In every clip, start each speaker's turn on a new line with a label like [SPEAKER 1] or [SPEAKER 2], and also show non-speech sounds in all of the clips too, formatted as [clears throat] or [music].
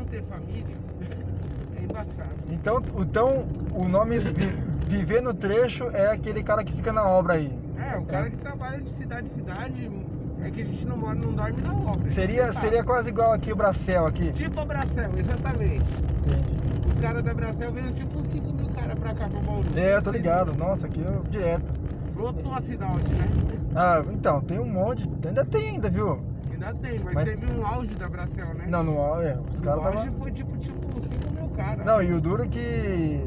[SPEAKER 1] Um ter família [laughs] é embaçado.
[SPEAKER 2] Então, então o nome vi- Viver no Trecho é aquele cara que fica na obra aí.
[SPEAKER 1] É, o cara que trabalha de cidade em cidade é que a gente não mora, não dorme na obra.
[SPEAKER 2] Seria,
[SPEAKER 1] Tá.
[SPEAKER 2] seria quase igual aqui o Bracel aqui.
[SPEAKER 1] Tipo a Bracel, exatamente. Os caras da Bracel veio tipo uns 5 mil caras pra cá, pra Bauru.
[SPEAKER 2] É, tô ligado. Nossa, aqui eu direto.
[SPEAKER 1] Lotou a cidade, né?
[SPEAKER 2] Ah, então, tem um monte. Ainda tem ainda, viu?
[SPEAKER 1] Ainda tem, mas,
[SPEAKER 2] Mas-
[SPEAKER 1] teve um auge da Bracel, né?
[SPEAKER 2] Não, não, é, os
[SPEAKER 1] O
[SPEAKER 2] caras
[SPEAKER 1] auge
[SPEAKER 2] tava...
[SPEAKER 1] foi tipo, tipo 5 mil caras.
[SPEAKER 2] Não, e o duro é que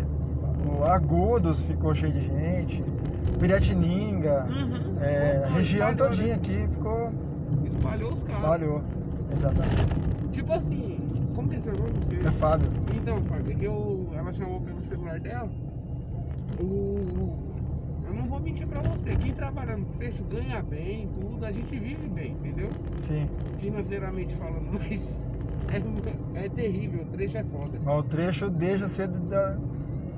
[SPEAKER 2] o Agudos ficou cheio de gente, Piratininga,
[SPEAKER 1] Uhum.
[SPEAKER 2] é,
[SPEAKER 1] Lotou,
[SPEAKER 2] região
[SPEAKER 1] espalhou,
[SPEAKER 2] todinha aqui ficou,
[SPEAKER 1] né? Espalhou os caras.
[SPEAKER 2] espalhou. Exatamente.
[SPEAKER 1] Tipo assim, como que é seu nome?
[SPEAKER 2] [laughs]
[SPEAKER 1] Porque-
[SPEAKER 2] É Fábio.
[SPEAKER 1] Então, Fábio, é que eu, ela chamou pelo celular dela. O, eu não vou mentir pra você. Quem trabalha no trecho ganha bem, tudo. A gente vive bem, entendeu?
[SPEAKER 2] Sim.
[SPEAKER 1] Financeiramente falando, [laughs] mas é, é terrível. O trecho é foda.
[SPEAKER 2] Mas o trecho deixa você de, da-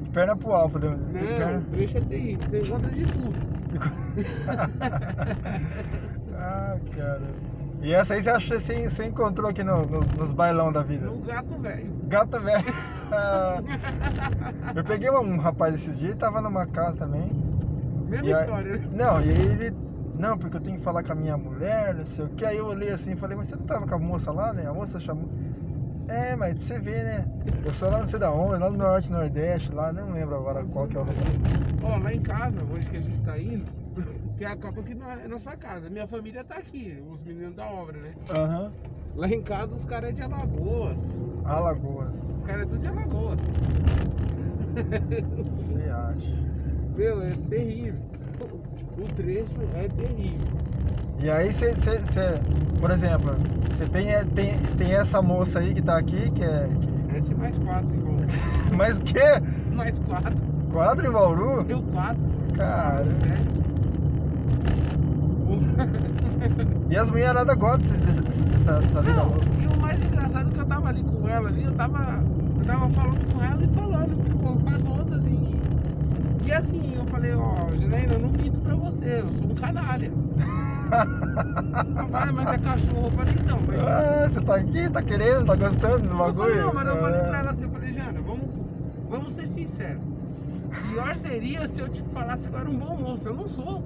[SPEAKER 2] de perna pro alto, de, de
[SPEAKER 1] Não, o [laughs]
[SPEAKER 2] perna.
[SPEAKER 1] trecho é terrível. Você encontra de tudo.
[SPEAKER 2] ah, cara. E essa aí você acha que você, você encontrou aqui no- no- nos bailão da vida?
[SPEAKER 1] No gato velho.
[SPEAKER 2] Gata velha. Eu peguei um rapaz esses dias, ele tava numa casa também.
[SPEAKER 1] Mesma
[SPEAKER 2] E aí-
[SPEAKER 1] história, né?
[SPEAKER 2] Não, e aí ele. Não, porque eu tenho que falar com a minha mulher, não sei o que. Aí eu olhei assim e falei, mas você não tava com a moça lá, né? A moça chamou. É, mas pra você ver, né? Eu sou lá não sei da onde, lá no norte, nordeste, lá, não lembro agora qual que é o lugar.
[SPEAKER 1] Ó, lá em casa, hoje que a gente tá indo, tem a capa que não é nossa casa. Minha família tá aqui, os meninos da obra, né?
[SPEAKER 2] Aham.
[SPEAKER 1] Lá em casa os caras é de Alagoas.
[SPEAKER 2] Alagoas.
[SPEAKER 1] Os caras é tudo de Alagoas.
[SPEAKER 2] Você acha?
[SPEAKER 1] [laughs] Meu, é terrível. O trecho é terrível.
[SPEAKER 2] E aí você, você- você- por exemplo, você tem, é- tem, tem essa moça aí que tá aqui, que é. [laughs]
[SPEAKER 1] É de mais quatro, igual.
[SPEAKER 2] que- Mas o quê?
[SPEAKER 1] [laughs] Mais quatro.
[SPEAKER 2] Quadro em Bauru?
[SPEAKER 1] Deu quatro.
[SPEAKER 2] Cara.
[SPEAKER 1] Sério. O-
[SPEAKER 2] E as mulheradas gostam desse- desse- dessa, dessa vida
[SPEAKER 1] Não,
[SPEAKER 2] louca.
[SPEAKER 1] e o mais engraçado é que eu tava ali com ela ali, eu tava. Eu tava falando com ela e falando com, com as outras e. E assim, eu falei, ó, Janaína, eu não minto pra você, eu sou um [laughs] canalha. Ela falou, mas é cachorro, eu falei, então, mas.
[SPEAKER 2] Ah, você tá aqui, tá querendo, tá gostando do
[SPEAKER 1] Eu
[SPEAKER 2] bagulho?
[SPEAKER 1] falei, não, mas eu falei
[SPEAKER 2] É.
[SPEAKER 1] pra ela assim, eu falei, Jana, vamos, vamos ser sinceros. Pior seria se eu te falasse que eu era um bom moço, eu não sou.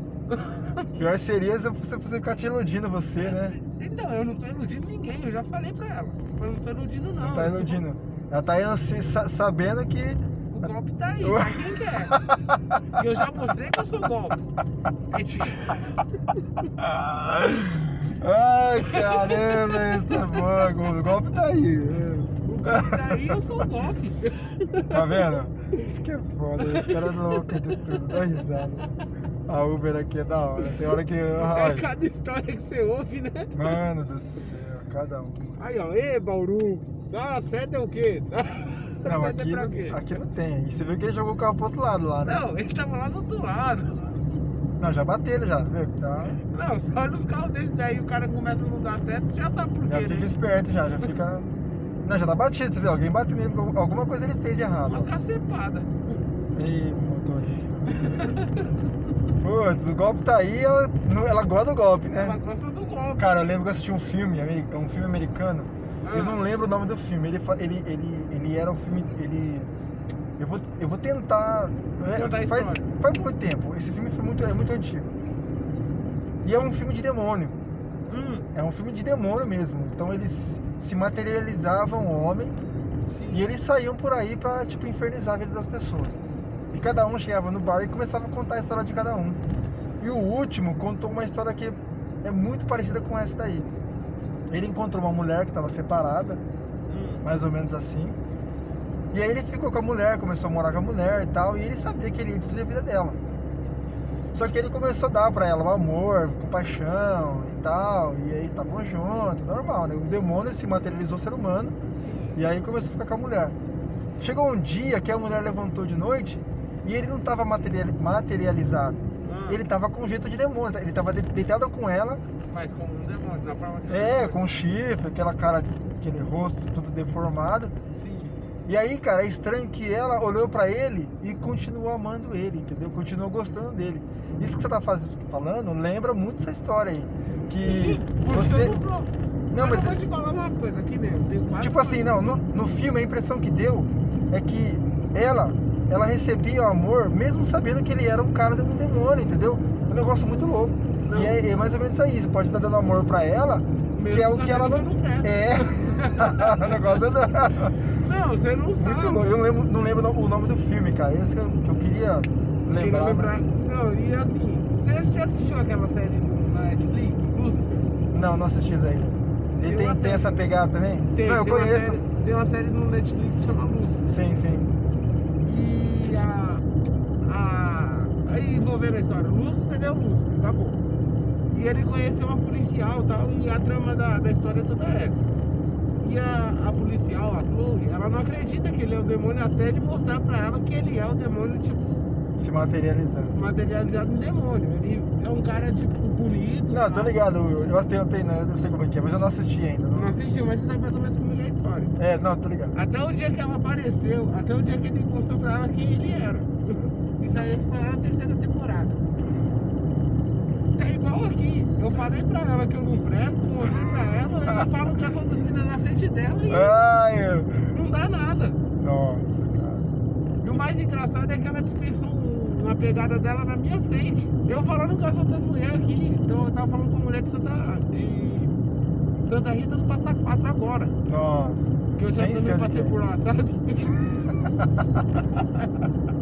[SPEAKER 2] Pior seria se você fosse ficar te iludindo você, né?
[SPEAKER 1] Então, eu não tô iludindo ninguém, eu já falei pra ela. Eu falei, não tô iludindo não.
[SPEAKER 2] Não tá iludindo. Ela tá indo se- sa- sabendo que.
[SPEAKER 1] O golpe tá aí, pra quem quer. E eu já mostrei que eu sou golpe. É tipo-
[SPEAKER 2] Ai, caramba, isso é bom. O golpe tá aí.
[SPEAKER 1] O golpe tá aí, eu sou o golpe.
[SPEAKER 2] Tá vendo? Isso que é foda, esse cara é louco de tudo, dá risada. A Uber aqui é da hora. Tem hora que.
[SPEAKER 1] É
[SPEAKER 2] Ai,
[SPEAKER 1] cada história que você ouve, né?
[SPEAKER 2] mano do céu, cada um.
[SPEAKER 1] Aí, ó, ê, Bauru, tá, seta é o quê? Tá,
[SPEAKER 2] Não,
[SPEAKER 1] seta é
[SPEAKER 2] aqui,
[SPEAKER 1] pra
[SPEAKER 2] não- tá.
[SPEAKER 1] quê?
[SPEAKER 2] aqui não tem. E você viu que ele jogou o carro pro outro lado lá, né?
[SPEAKER 1] Não, ele tava lá do outro lado.
[SPEAKER 2] Não, já bateram já, viu? Tá.
[SPEAKER 1] Não, você olha os carros desse daí, o cara começa a não dar certo, você já tá por
[SPEAKER 2] Já
[SPEAKER 1] quê,
[SPEAKER 2] fica
[SPEAKER 1] né?
[SPEAKER 2] esperto já, já fica. Não, já tá batido, você viu? Alguém bateu nele, algum- alguma coisa ele fez de errado.
[SPEAKER 1] Uma cacepada.
[SPEAKER 2] Ei, motorista. Putz, o golpe tá aí, ela, não- ela gosta do golpe,
[SPEAKER 1] Ela
[SPEAKER 2] né?
[SPEAKER 1] gosta do golpe.
[SPEAKER 2] Cara, eu lembro que eu assisti um filme, america- um filme americano. Eu
[SPEAKER 1] Ah.
[SPEAKER 2] não lembro o nome do filme. Ele, fa- ele, ele, ele era um filme. Ele. Eu vou, eu vou tentar. é,
[SPEAKER 1] Contar a
[SPEAKER 2] faz,
[SPEAKER 1] história.
[SPEAKER 2] faz muito tempo. Esse filme foi muito, é muito antigo. E é um filme de demônio.
[SPEAKER 1] Hum,
[SPEAKER 2] É um filme de demônio mesmo. Então eles se materializavam um homem
[SPEAKER 1] sim.
[SPEAKER 2] e eles saíam por aí pra, tipo, infernizar a vida das pessoas. E cada um chegava no bar e começava a contar a história de cada um. E o último contou uma história que é muito parecida com essa daí. Ele encontrou uma mulher que estava separada,
[SPEAKER 1] Hum.
[SPEAKER 2] mais ou menos assim. E aí ele ficou com a mulher, começou a morar com a mulher e tal, e ele sabia que ele ia destruir a vida dela. Só que ele começou a dar pra ela o amor, compaixão e tal, e aí estavam juntos, normal, né? O demônio se materializou ser humano,
[SPEAKER 1] Sim.
[SPEAKER 2] e aí começou a ficar com a mulher. Chegou um dia que a mulher levantou de noite e ele não estava materializado.
[SPEAKER 1] Ah,
[SPEAKER 2] Ele estava com jeito de demônio. tá? Ele estava deitado com ela,
[SPEAKER 1] Mas como um demônio, na forma de.
[SPEAKER 2] é, com chifre, aquela cara, aquele rosto tudo deformado.
[SPEAKER 1] Sim.
[SPEAKER 2] E aí, cara, é estranho que ela olhou pra ele e continuou amando ele, entendeu? Continuou gostando dele. Isso que você tá faz- falando lembra muito essa história aí. Que
[SPEAKER 1] Por isso que
[SPEAKER 2] você.
[SPEAKER 1] eu não vou.
[SPEAKER 2] Não, mas é-
[SPEAKER 1] eu vou te falar uma coisa aqui, né? Eu tenho quase.
[SPEAKER 2] Tipo assim, não, no, no filme a impressão que deu é que ela, ela recebia o amor mesmo sabendo que ele era um cara de um demônio, entendeu? Um negócio muito louco.
[SPEAKER 1] Não.
[SPEAKER 2] E é, é mais ou menos isso aí, você pode estar dando amor pra ela,
[SPEAKER 1] Mesmo
[SPEAKER 2] que é o que ela
[SPEAKER 1] sabendo que
[SPEAKER 2] não.
[SPEAKER 1] não presta.
[SPEAKER 2] é. [laughs] o negócio não.
[SPEAKER 1] Não, você não sabe.
[SPEAKER 2] Muito louco. Eu não lembro, não lembro o nome do filme, cara. Esse que eu, que eu queria
[SPEAKER 1] Quem não
[SPEAKER 2] lembrar. né?
[SPEAKER 1] lembrar. Não, e assim, você já assistiu aquela série na Netflix, Lucifer?
[SPEAKER 2] Não, não assisti isso aí.
[SPEAKER 1] Tem
[SPEAKER 2] Ele
[SPEAKER 1] uma
[SPEAKER 2] tem, tem
[SPEAKER 1] série.
[SPEAKER 2] essa pegada também?
[SPEAKER 1] Tem,
[SPEAKER 2] não, eu
[SPEAKER 1] tem Uma
[SPEAKER 2] conheço.
[SPEAKER 1] série, tem uma série no Netflix que chama Lucifer.
[SPEAKER 2] Sim, sim.
[SPEAKER 1] E a. a aí envolvendo a história. Lúcifer deu Lúcifer, tá bom. E ele conheceu uma policial e tal, e a trama da, da história é toda essa. E a, a policial, a Chloe, ela não acredita que ele é o demônio até ele mostrar pra ela que ele é o demônio, tipo,
[SPEAKER 2] Se materializando.
[SPEAKER 1] materializado em demônio. Ele é um cara, tipo, bonito.
[SPEAKER 2] Não, tô
[SPEAKER 1] tal.
[SPEAKER 2] ligado. Eu, eu assisti, eu tenho, né, eu não sei como é que é, mas eu não assisti ainda.
[SPEAKER 1] Não
[SPEAKER 2] não-
[SPEAKER 1] assistiu, mas você sabe mais ou menos como ele é a história.
[SPEAKER 2] É, não, tô ligado.
[SPEAKER 1] Até o dia que ela apareceu, até o dia que ele mostrou pra ela quem ele era. [laughs] Isso aí foi lá na terceira temporada. Tá igual aqui. Eu falei pra ela que eu não presto, mostrei pra ela, ela fala que as outras meninas na frente dela e
[SPEAKER 2] Ai, eu...
[SPEAKER 1] não dá nada.
[SPEAKER 2] Nossa, cara.
[SPEAKER 1] E o mais engraçado é que ela dispensou um- uma pegada dela na minha frente. Eu falando com as outras mulheres aqui. Então eu tava falando com a mulher de Santa, de Santa Rita do Passa Quatro agora.
[SPEAKER 2] Nossa.
[SPEAKER 1] Que eu já
[SPEAKER 2] Nem
[SPEAKER 1] também
[SPEAKER 2] sei onde
[SPEAKER 1] passei
[SPEAKER 2] que é.
[SPEAKER 1] por lá, sabe?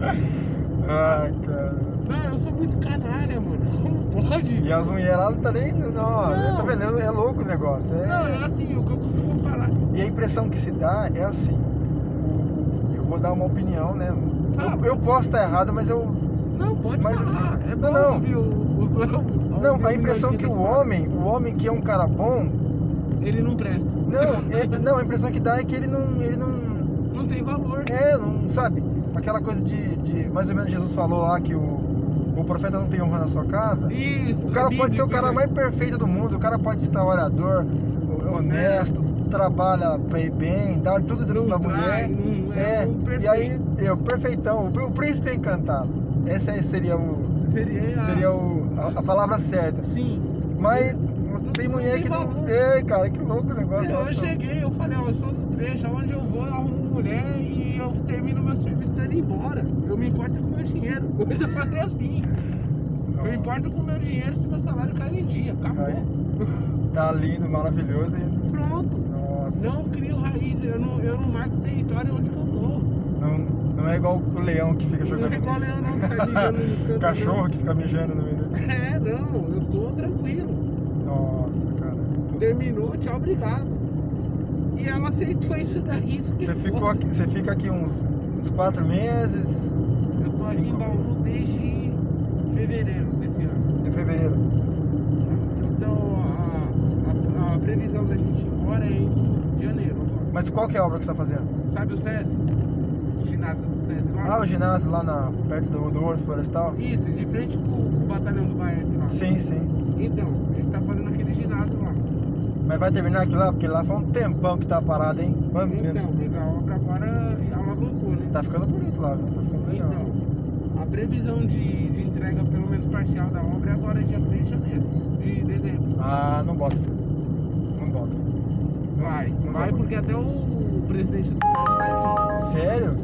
[SPEAKER 1] [laughs]
[SPEAKER 2] Ai, cara.
[SPEAKER 1] Não, eu sou muito canalha, mano. [laughs] Como pode?
[SPEAKER 2] E as mulheres lá não tá nem. Não,
[SPEAKER 1] Não.
[SPEAKER 2] tá vendo? É louco o negócio. É...
[SPEAKER 1] Não, é assim, o que eu costumo falar.
[SPEAKER 2] E a impressão que se dá é assim. o- o- Eu vou dar uma opinião, né?
[SPEAKER 1] Fala.
[SPEAKER 2] Eu, eu posso estar errado, mas eu.
[SPEAKER 1] Não, pode
[SPEAKER 2] Mas
[SPEAKER 1] falar.
[SPEAKER 2] assim,
[SPEAKER 1] é bom
[SPEAKER 2] não, não.
[SPEAKER 1] ouvir o- os dois.
[SPEAKER 2] Não, a
[SPEAKER 1] é
[SPEAKER 2] impressão que o homem, o homem que é um cara bom,
[SPEAKER 1] Ele não presta.
[SPEAKER 2] [laughs] não, é- não, a impressão que dá é que ele não, ele não,
[SPEAKER 1] Não tem valor.
[SPEAKER 2] É, não sabe? Aquela coisa de, de- mais ou menos Jesus falou lá que o, o profeta não tem honra na sua casa.
[SPEAKER 1] Isso.
[SPEAKER 2] O cara
[SPEAKER 1] é
[SPEAKER 2] pode ser o
[SPEAKER 1] bíblico,
[SPEAKER 2] cara
[SPEAKER 1] né?
[SPEAKER 2] mais perfeito do mundo, o cara pode ser trabalhador, honesto, trabalha pra ir bem, dá tudo
[SPEAKER 1] Não
[SPEAKER 2] pra
[SPEAKER 1] trai,
[SPEAKER 2] mulher.
[SPEAKER 1] não é,
[SPEAKER 2] é,
[SPEAKER 1] um
[SPEAKER 2] e
[SPEAKER 1] perfeito.
[SPEAKER 2] aí, é, o perfeitão, o, o príncipe encantado. Essa aí seria o
[SPEAKER 1] Seria. a-
[SPEAKER 2] seria o, a, a palavra certa.
[SPEAKER 1] Sim.
[SPEAKER 2] Mas tem
[SPEAKER 1] não tem né? É,
[SPEAKER 2] mulher que não.
[SPEAKER 1] valor.
[SPEAKER 2] É, cara, que louco o
[SPEAKER 1] Eu,
[SPEAKER 2] negócio.
[SPEAKER 1] eu cheguei, eu falei, ó, eu sou do trecho, aonde eu vou, eu arrumo mulher e eu termino meu serviço tô indo embora. Eu me importo com o meu dinheiro. [laughs] Eu falei assim. Eu
[SPEAKER 2] Nossa.
[SPEAKER 1] me importo com o meu dinheiro se meu salário cair em dia. Acabou.
[SPEAKER 2] Aí. Tá lindo, maravilhoso e.
[SPEAKER 1] Pronto.
[SPEAKER 2] Nossa.
[SPEAKER 1] Não crio raiz, eu não, eu não marco território onde que eu tô. [laughs]
[SPEAKER 2] Não, não é igual o leão que fica jogando.
[SPEAKER 1] Não é igual
[SPEAKER 2] nele.
[SPEAKER 1] leão não, que sai mijando nos cantos,
[SPEAKER 2] [laughs]
[SPEAKER 1] né?
[SPEAKER 2] Cachorro
[SPEAKER 1] não.
[SPEAKER 2] que fica mijando no meio dele.
[SPEAKER 1] É, não, eu tô tranquilo.
[SPEAKER 2] Nossa, cara.
[SPEAKER 1] Terminou, tchau, obrigado. E ela aceitou [laughs] isso daí. Isso que
[SPEAKER 2] Você,
[SPEAKER 1] foi.
[SPEAKER 2] ficou aqui, você fica aqui uns, uns quatro meses.
[SPEAKER 1] Eu tô aqui em
[SPEAKER 2] Cinco
[SPEAKER 1] Bauru desde fevereiro desse ano.
[SPEAKER 2] Em fevereiro.
[SPEAKER 1] Então a, a- a previsão da gente ir embora é em janeiro agora.
[SPEAKER 2] Mas qual que é a obra que você tá fazendo?
[SPEAKER 1] Sabe o SESI? O ginásio do SESI lá?
[SPEAKER 2] Ah, o ginásio lá na, perto do, do Horto Florestal?
[SPEAKER 1] Isso, de frente com, com o batalhão do Baep lá.
[SPEAKER 2] Sim, sim.
[SPEAKER 1] Então, a gente tá fazendo aquele ginásio lá.
[SPEAKER 2] Mas vai terminar aquilo lá? Porque lá foi um tempão que tá parado, hein? Mano,
[SPEAKER 1] Então, legal, a obra agora alavancou, né?
[SPEAKER 2] Tá ficando bonito lá, viu? Tá ficando legal.
[SPEAKER 1] Então, a previsão de, de entrega, pelo menos parcial, da obra é agora dia 3 de janeiro, de dezembro.
[SPEAKER 2] Ah, não bota. Não bota.
[SPEAKER 1] Vai,
[SPEAKER 2] Não
[SPEAKER 1] vai
[SPEAKER 2] bota.
[SPEAKER 1] porque até o presidente do Senado tá
[SPEAKER 2] Sério?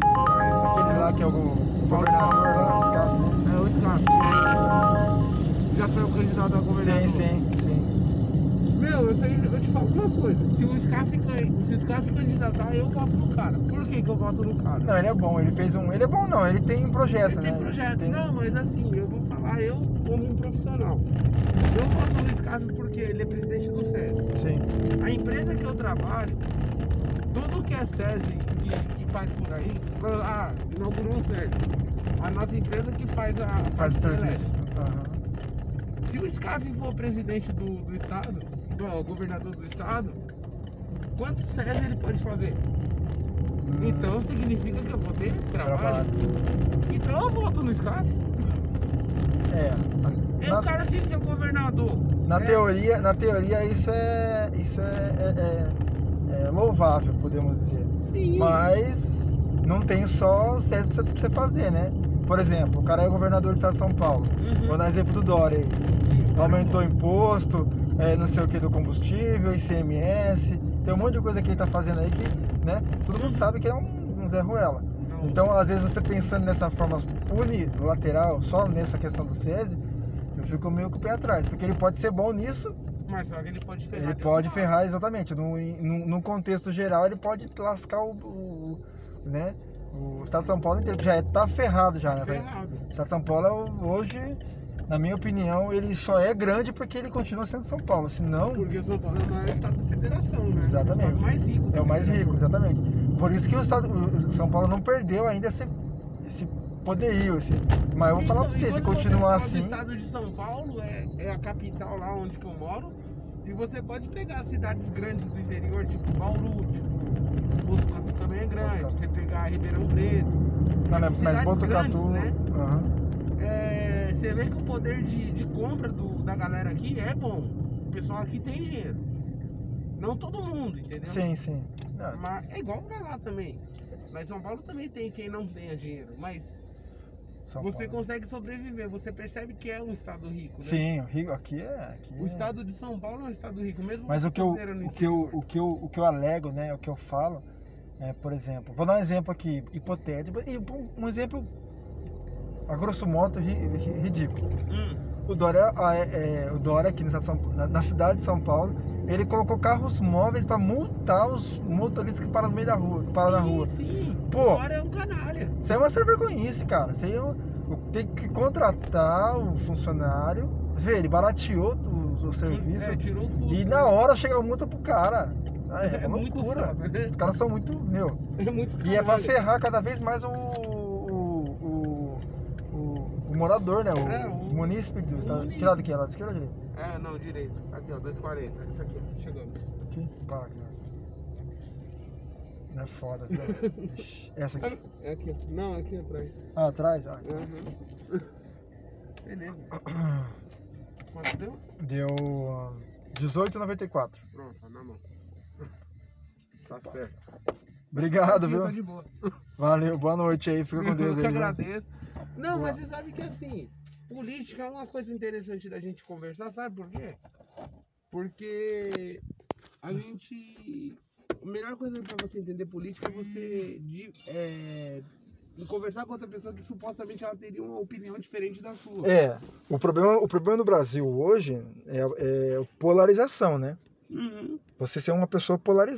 [SPEAKER 2] Aquele lá que é o governador lá, os caras.
[SPEAKER 1] aí. É o Scarpa. Já saiu candidato a governador.
[SPEAKER 2] Sim, sim, sim.
[SPEAKER 1] Meu, eu, sei, eu te falo uma coisa. Se o Scarpa can- se o Scarpa candidatar, eu voto no cara. Por que, que eu voto no cara?
[SPEAKER 2] Não, ele é bom, ele fez um. Ele é bom não, ele tem um projeto,
[SPEAKER 1] Ele
[SPEAKER 2] né?
[SPEAKER 1] tem projetos.
[SPEAKER 2] Tem-
[SPEAKER 1] Não, mas assim, eu vou falar, eu como um profissional. Eu voto no Scarpa porque ele é presidente do SESI.
[SPEAKER 2] Sim.
[SPEAKER 1] A empresa que eu trabalho, tudo que é SESI que, que faz por aí, ah, inaugurou um SESI. A nossa empresa que faz a
[SPEAKER 2] Faz o
[SPEAKER 1] celeste.
[SPEAKER 2] serviço. Aham.
[SPEAKER 1] Se o SCAF for presidente do, do estado, do governador do estado, quantos SESI ele pode fazer?
[SPEAKER 2] Hum.
[SPEAKER 1] Então significa que eu vou ter trabalho.
[SPEAKER 2] Trabalho.
[SPEAKER 1] Então eu voto no SCAF.
[SPEAKER 2] É.
[SPEAKER 1] Eu
[SPEAKER 2] Na,
[SPEAKER 1] quero de ser governador.
[SPEAKER 2] na
[SPEAKER 1] É,
[SPEAKER 2] teoria, na teoria isso é. Isso é, é- é- é louvável, podemos dizer.
[SPEAKER 1] Sim.
[SPEAKER 2] Mas não tem só o SESI pra você- pra você fazer, né? Por exemplo, o cara é governador do estado de São Paulo.
[SPEAKER 1] Uhum.
[SPEAKER 2] Vou dar exemplo do Dória aí. Aumentou o imposto, é, não sei o que do combustível, ICMS, tem um monte de coisa que ele tá fazendo aí que, né, todo
[SPEAKER 1] Uhum.
[SPEAKER 2] mundo sabe que é um, um Zé Ruela.
[SPEAKER 1] Não,
[SPEAKER 2] Então, às vezes, você pensando nessa forma unilateral, só nessa questão do SESI, eu fico meio com o pé atrás, porque ele pode ser bom nisso,
[SPEAKER 1] Mas só que ele pode ferrar.
[SPEAKER 2] ele
[SPEAKER 1] de
[SPEAKER 2] pode
[SPEAKER 1] alguma
[SPEAKER 2] ferrar, exatamente, no, no, no contexto geral, ele pode lascar o, o- o- né, o Estado de São Paulo inteiro, que já é, tá ferrado já, né?
[SPEAKER 1] forma. Ferrado.
[SPEAKER 2] O Estado de São Paulo é o- hoje, na minha opinião, ele só é grande porque ele continua sendo São Paulo. Senão,
[SPEAKER 1] Porque São Paulo é o maior estado da federação, né?
[SPEAKER 2] Exatamente.
[SPEAKER 1] É o estado mais rico. da
[SPEAKER 2] é o mais rico,
[SPEAKER 1] federação.
[SPEAKER 2] exatamente. Por isso que o Estado, o São Paulo não perdeu ainda esse, esse poderio, assim. Mas eu vou falar pra
[SPEAKER 1] Então, e
[SPEAKER 2] você, se
[SPEAKER 1] quando você
[SPEAKER 2] continuar
[SPEAKER 1] fala do
[SPEAKER 2] assim,
[SPEAKER 1] estado de São Paulo é, é a capital lá onde que eu moro. E você pode pegar cidades grandes do interior, tipo Bauru, tipo Botucatu também é grande.
[SPEAKER 2] Botucatu.
[SPEAKER 1] Você pegar Ribeirão Preto. Tipo,
[SPEAKER 2] não, mas, mas
[SPEAKER 1] cidades
[SPEAKER 2] Botucatu.
[SPEAKER 1] grandes, né?
[SPEAKER 2] aham.
[SPEAKER 1] é, você vê que o poder de, de compra do- da galera aqui é bom. O pessoal aqui tem dinheiro. Não todo mundo, entendeu?
[SPEAKER 2] Sim, sim. Não,
[SPEAKER 1] Mas é igual pra lá também. Lá em São Paulo também tem quem não tenha dinheiro. Mas
[SPEAKER 2] São
[SPEAKER 1] você
[SPEAKER 2] Paulo.
[SPEAKER 1] consegue sobreviver. Você percebe que é um estado rico, né?
[SPEAKER 2] Sim, o Rio aqui é. Aqui
[SPEAKER 1] O
[SPEAKER 2] é-
[SPEAKER 1] estado de São Paulo é um estado rico, mesmo
[SPEAKER 2] Mas o que, eu,
[SPEAKER 1] considerando
[SPEAKER 2] o, que eu,
[SPEAKER 1] interior.
[SPEAKER 2] o, que eu, o que eu alego, né, o que eu falo, é, por exemplo, vou dar um exemplo aqui, hipotético, e um- um exemplo, a grosso modo, ri- ri- ridículo.
[SPEAKER 1] Hum,
[SPEAKER 2] O Dória, ah, é, é, o Dória aqui no estado de São- na, na cidade de São Paulo, ele colocou carros móveis para multar os motoristas que param no meio da rua. que Param na
[SPEAKER 1] sim,
[SPEAKER 2] rua.
[SPEAKER 1] Sim,
[SPEAKER 2] Pô.
[SPEAKER 1] Agora é um canalha.
[SPEAKER 2] Isso é uma sem vergonhice, cara. Isso aí é uma- o- tem que contratar o funcionário. Você vê, ele barateou o, o serviço.
[SPEAKER 1] É, tirou o custo.
[SPEAKER 2] E na hora chega a multa pro cara. Ah, É,
[SPEAKER 1] [laughs] É
[SPEAKER 2] uma
[SPEAKER 1] muito
[SPEAKER 2] loucura.
[SPEAKER 1] foda, né?
[SPEAKER 2] Os caras são muito. Meu.
[SPEAKER 1] [laughs] É muito canalha.
[SPEAKER 2] E é pra ferrar cada vez mais o. o, o, o- o morador, né? O,
[SPEAKER 1] É, o-
[SPEAKER 2] munícipe do
[SPEAKER 1] o
[SPEAKER 2] estado.
[SPEAKER 1] munícipe.
[SPEAKER 2] Que lado que é? Lado esquerdo ou direito?
[SPEAKER 1] É, não, direito. Aqui, ó, 240. Isso aqui, ó. Chegamos.
[SPEAKER 2] Aqui? Para aqui, ó. Não é foda, viu? Ixi, Essa aqui.
[SPEAKER 1] É aqui, ó. Não, é aqui atrás.
[SPEAKER 2] Ah, atrás? Ah.
[SPEAKER 1] Uhum. Beleza. Quanto deu?
[SPEAKER 2] [clears throat] Deu. ah, 18,94.
[SPEAKER 1] Pronto, tá na mão. Tá certo.
[SPEAKER 2] Obrigado,
[SPEAKER 1] Aqui,
[SPEAKER 2] viu?
[SPEAKER 1] Tá de boa.
[SPEAKER 2] Valeu, boa noite aí. Fica com
[SPEAKER 1] [laughs] Eu
[SPEAKER 2] Deus
[SPEAKER 1] que
[SPEAKER 2] aí. viu?
[SPEAKER 1] agradeço. Não,
[SPEAKER 2] Boa.
[SPEAKER 1] mas você sabe que assim, política é uma coisa interessante da gente conversar, sabe por quê? Porque a gente. A melhor coisa pra você entender política é você de, é, conversar com outra pessoa que supostamente ela teria uma opinião diferente da sua.
[SPEAKER 2] É, o problema, o problema do Brasil hoje é, é polarização, né?
[SPEAKER 1] Uhum.
[SPEAKER 2] Você ser uma pessoa polarizada.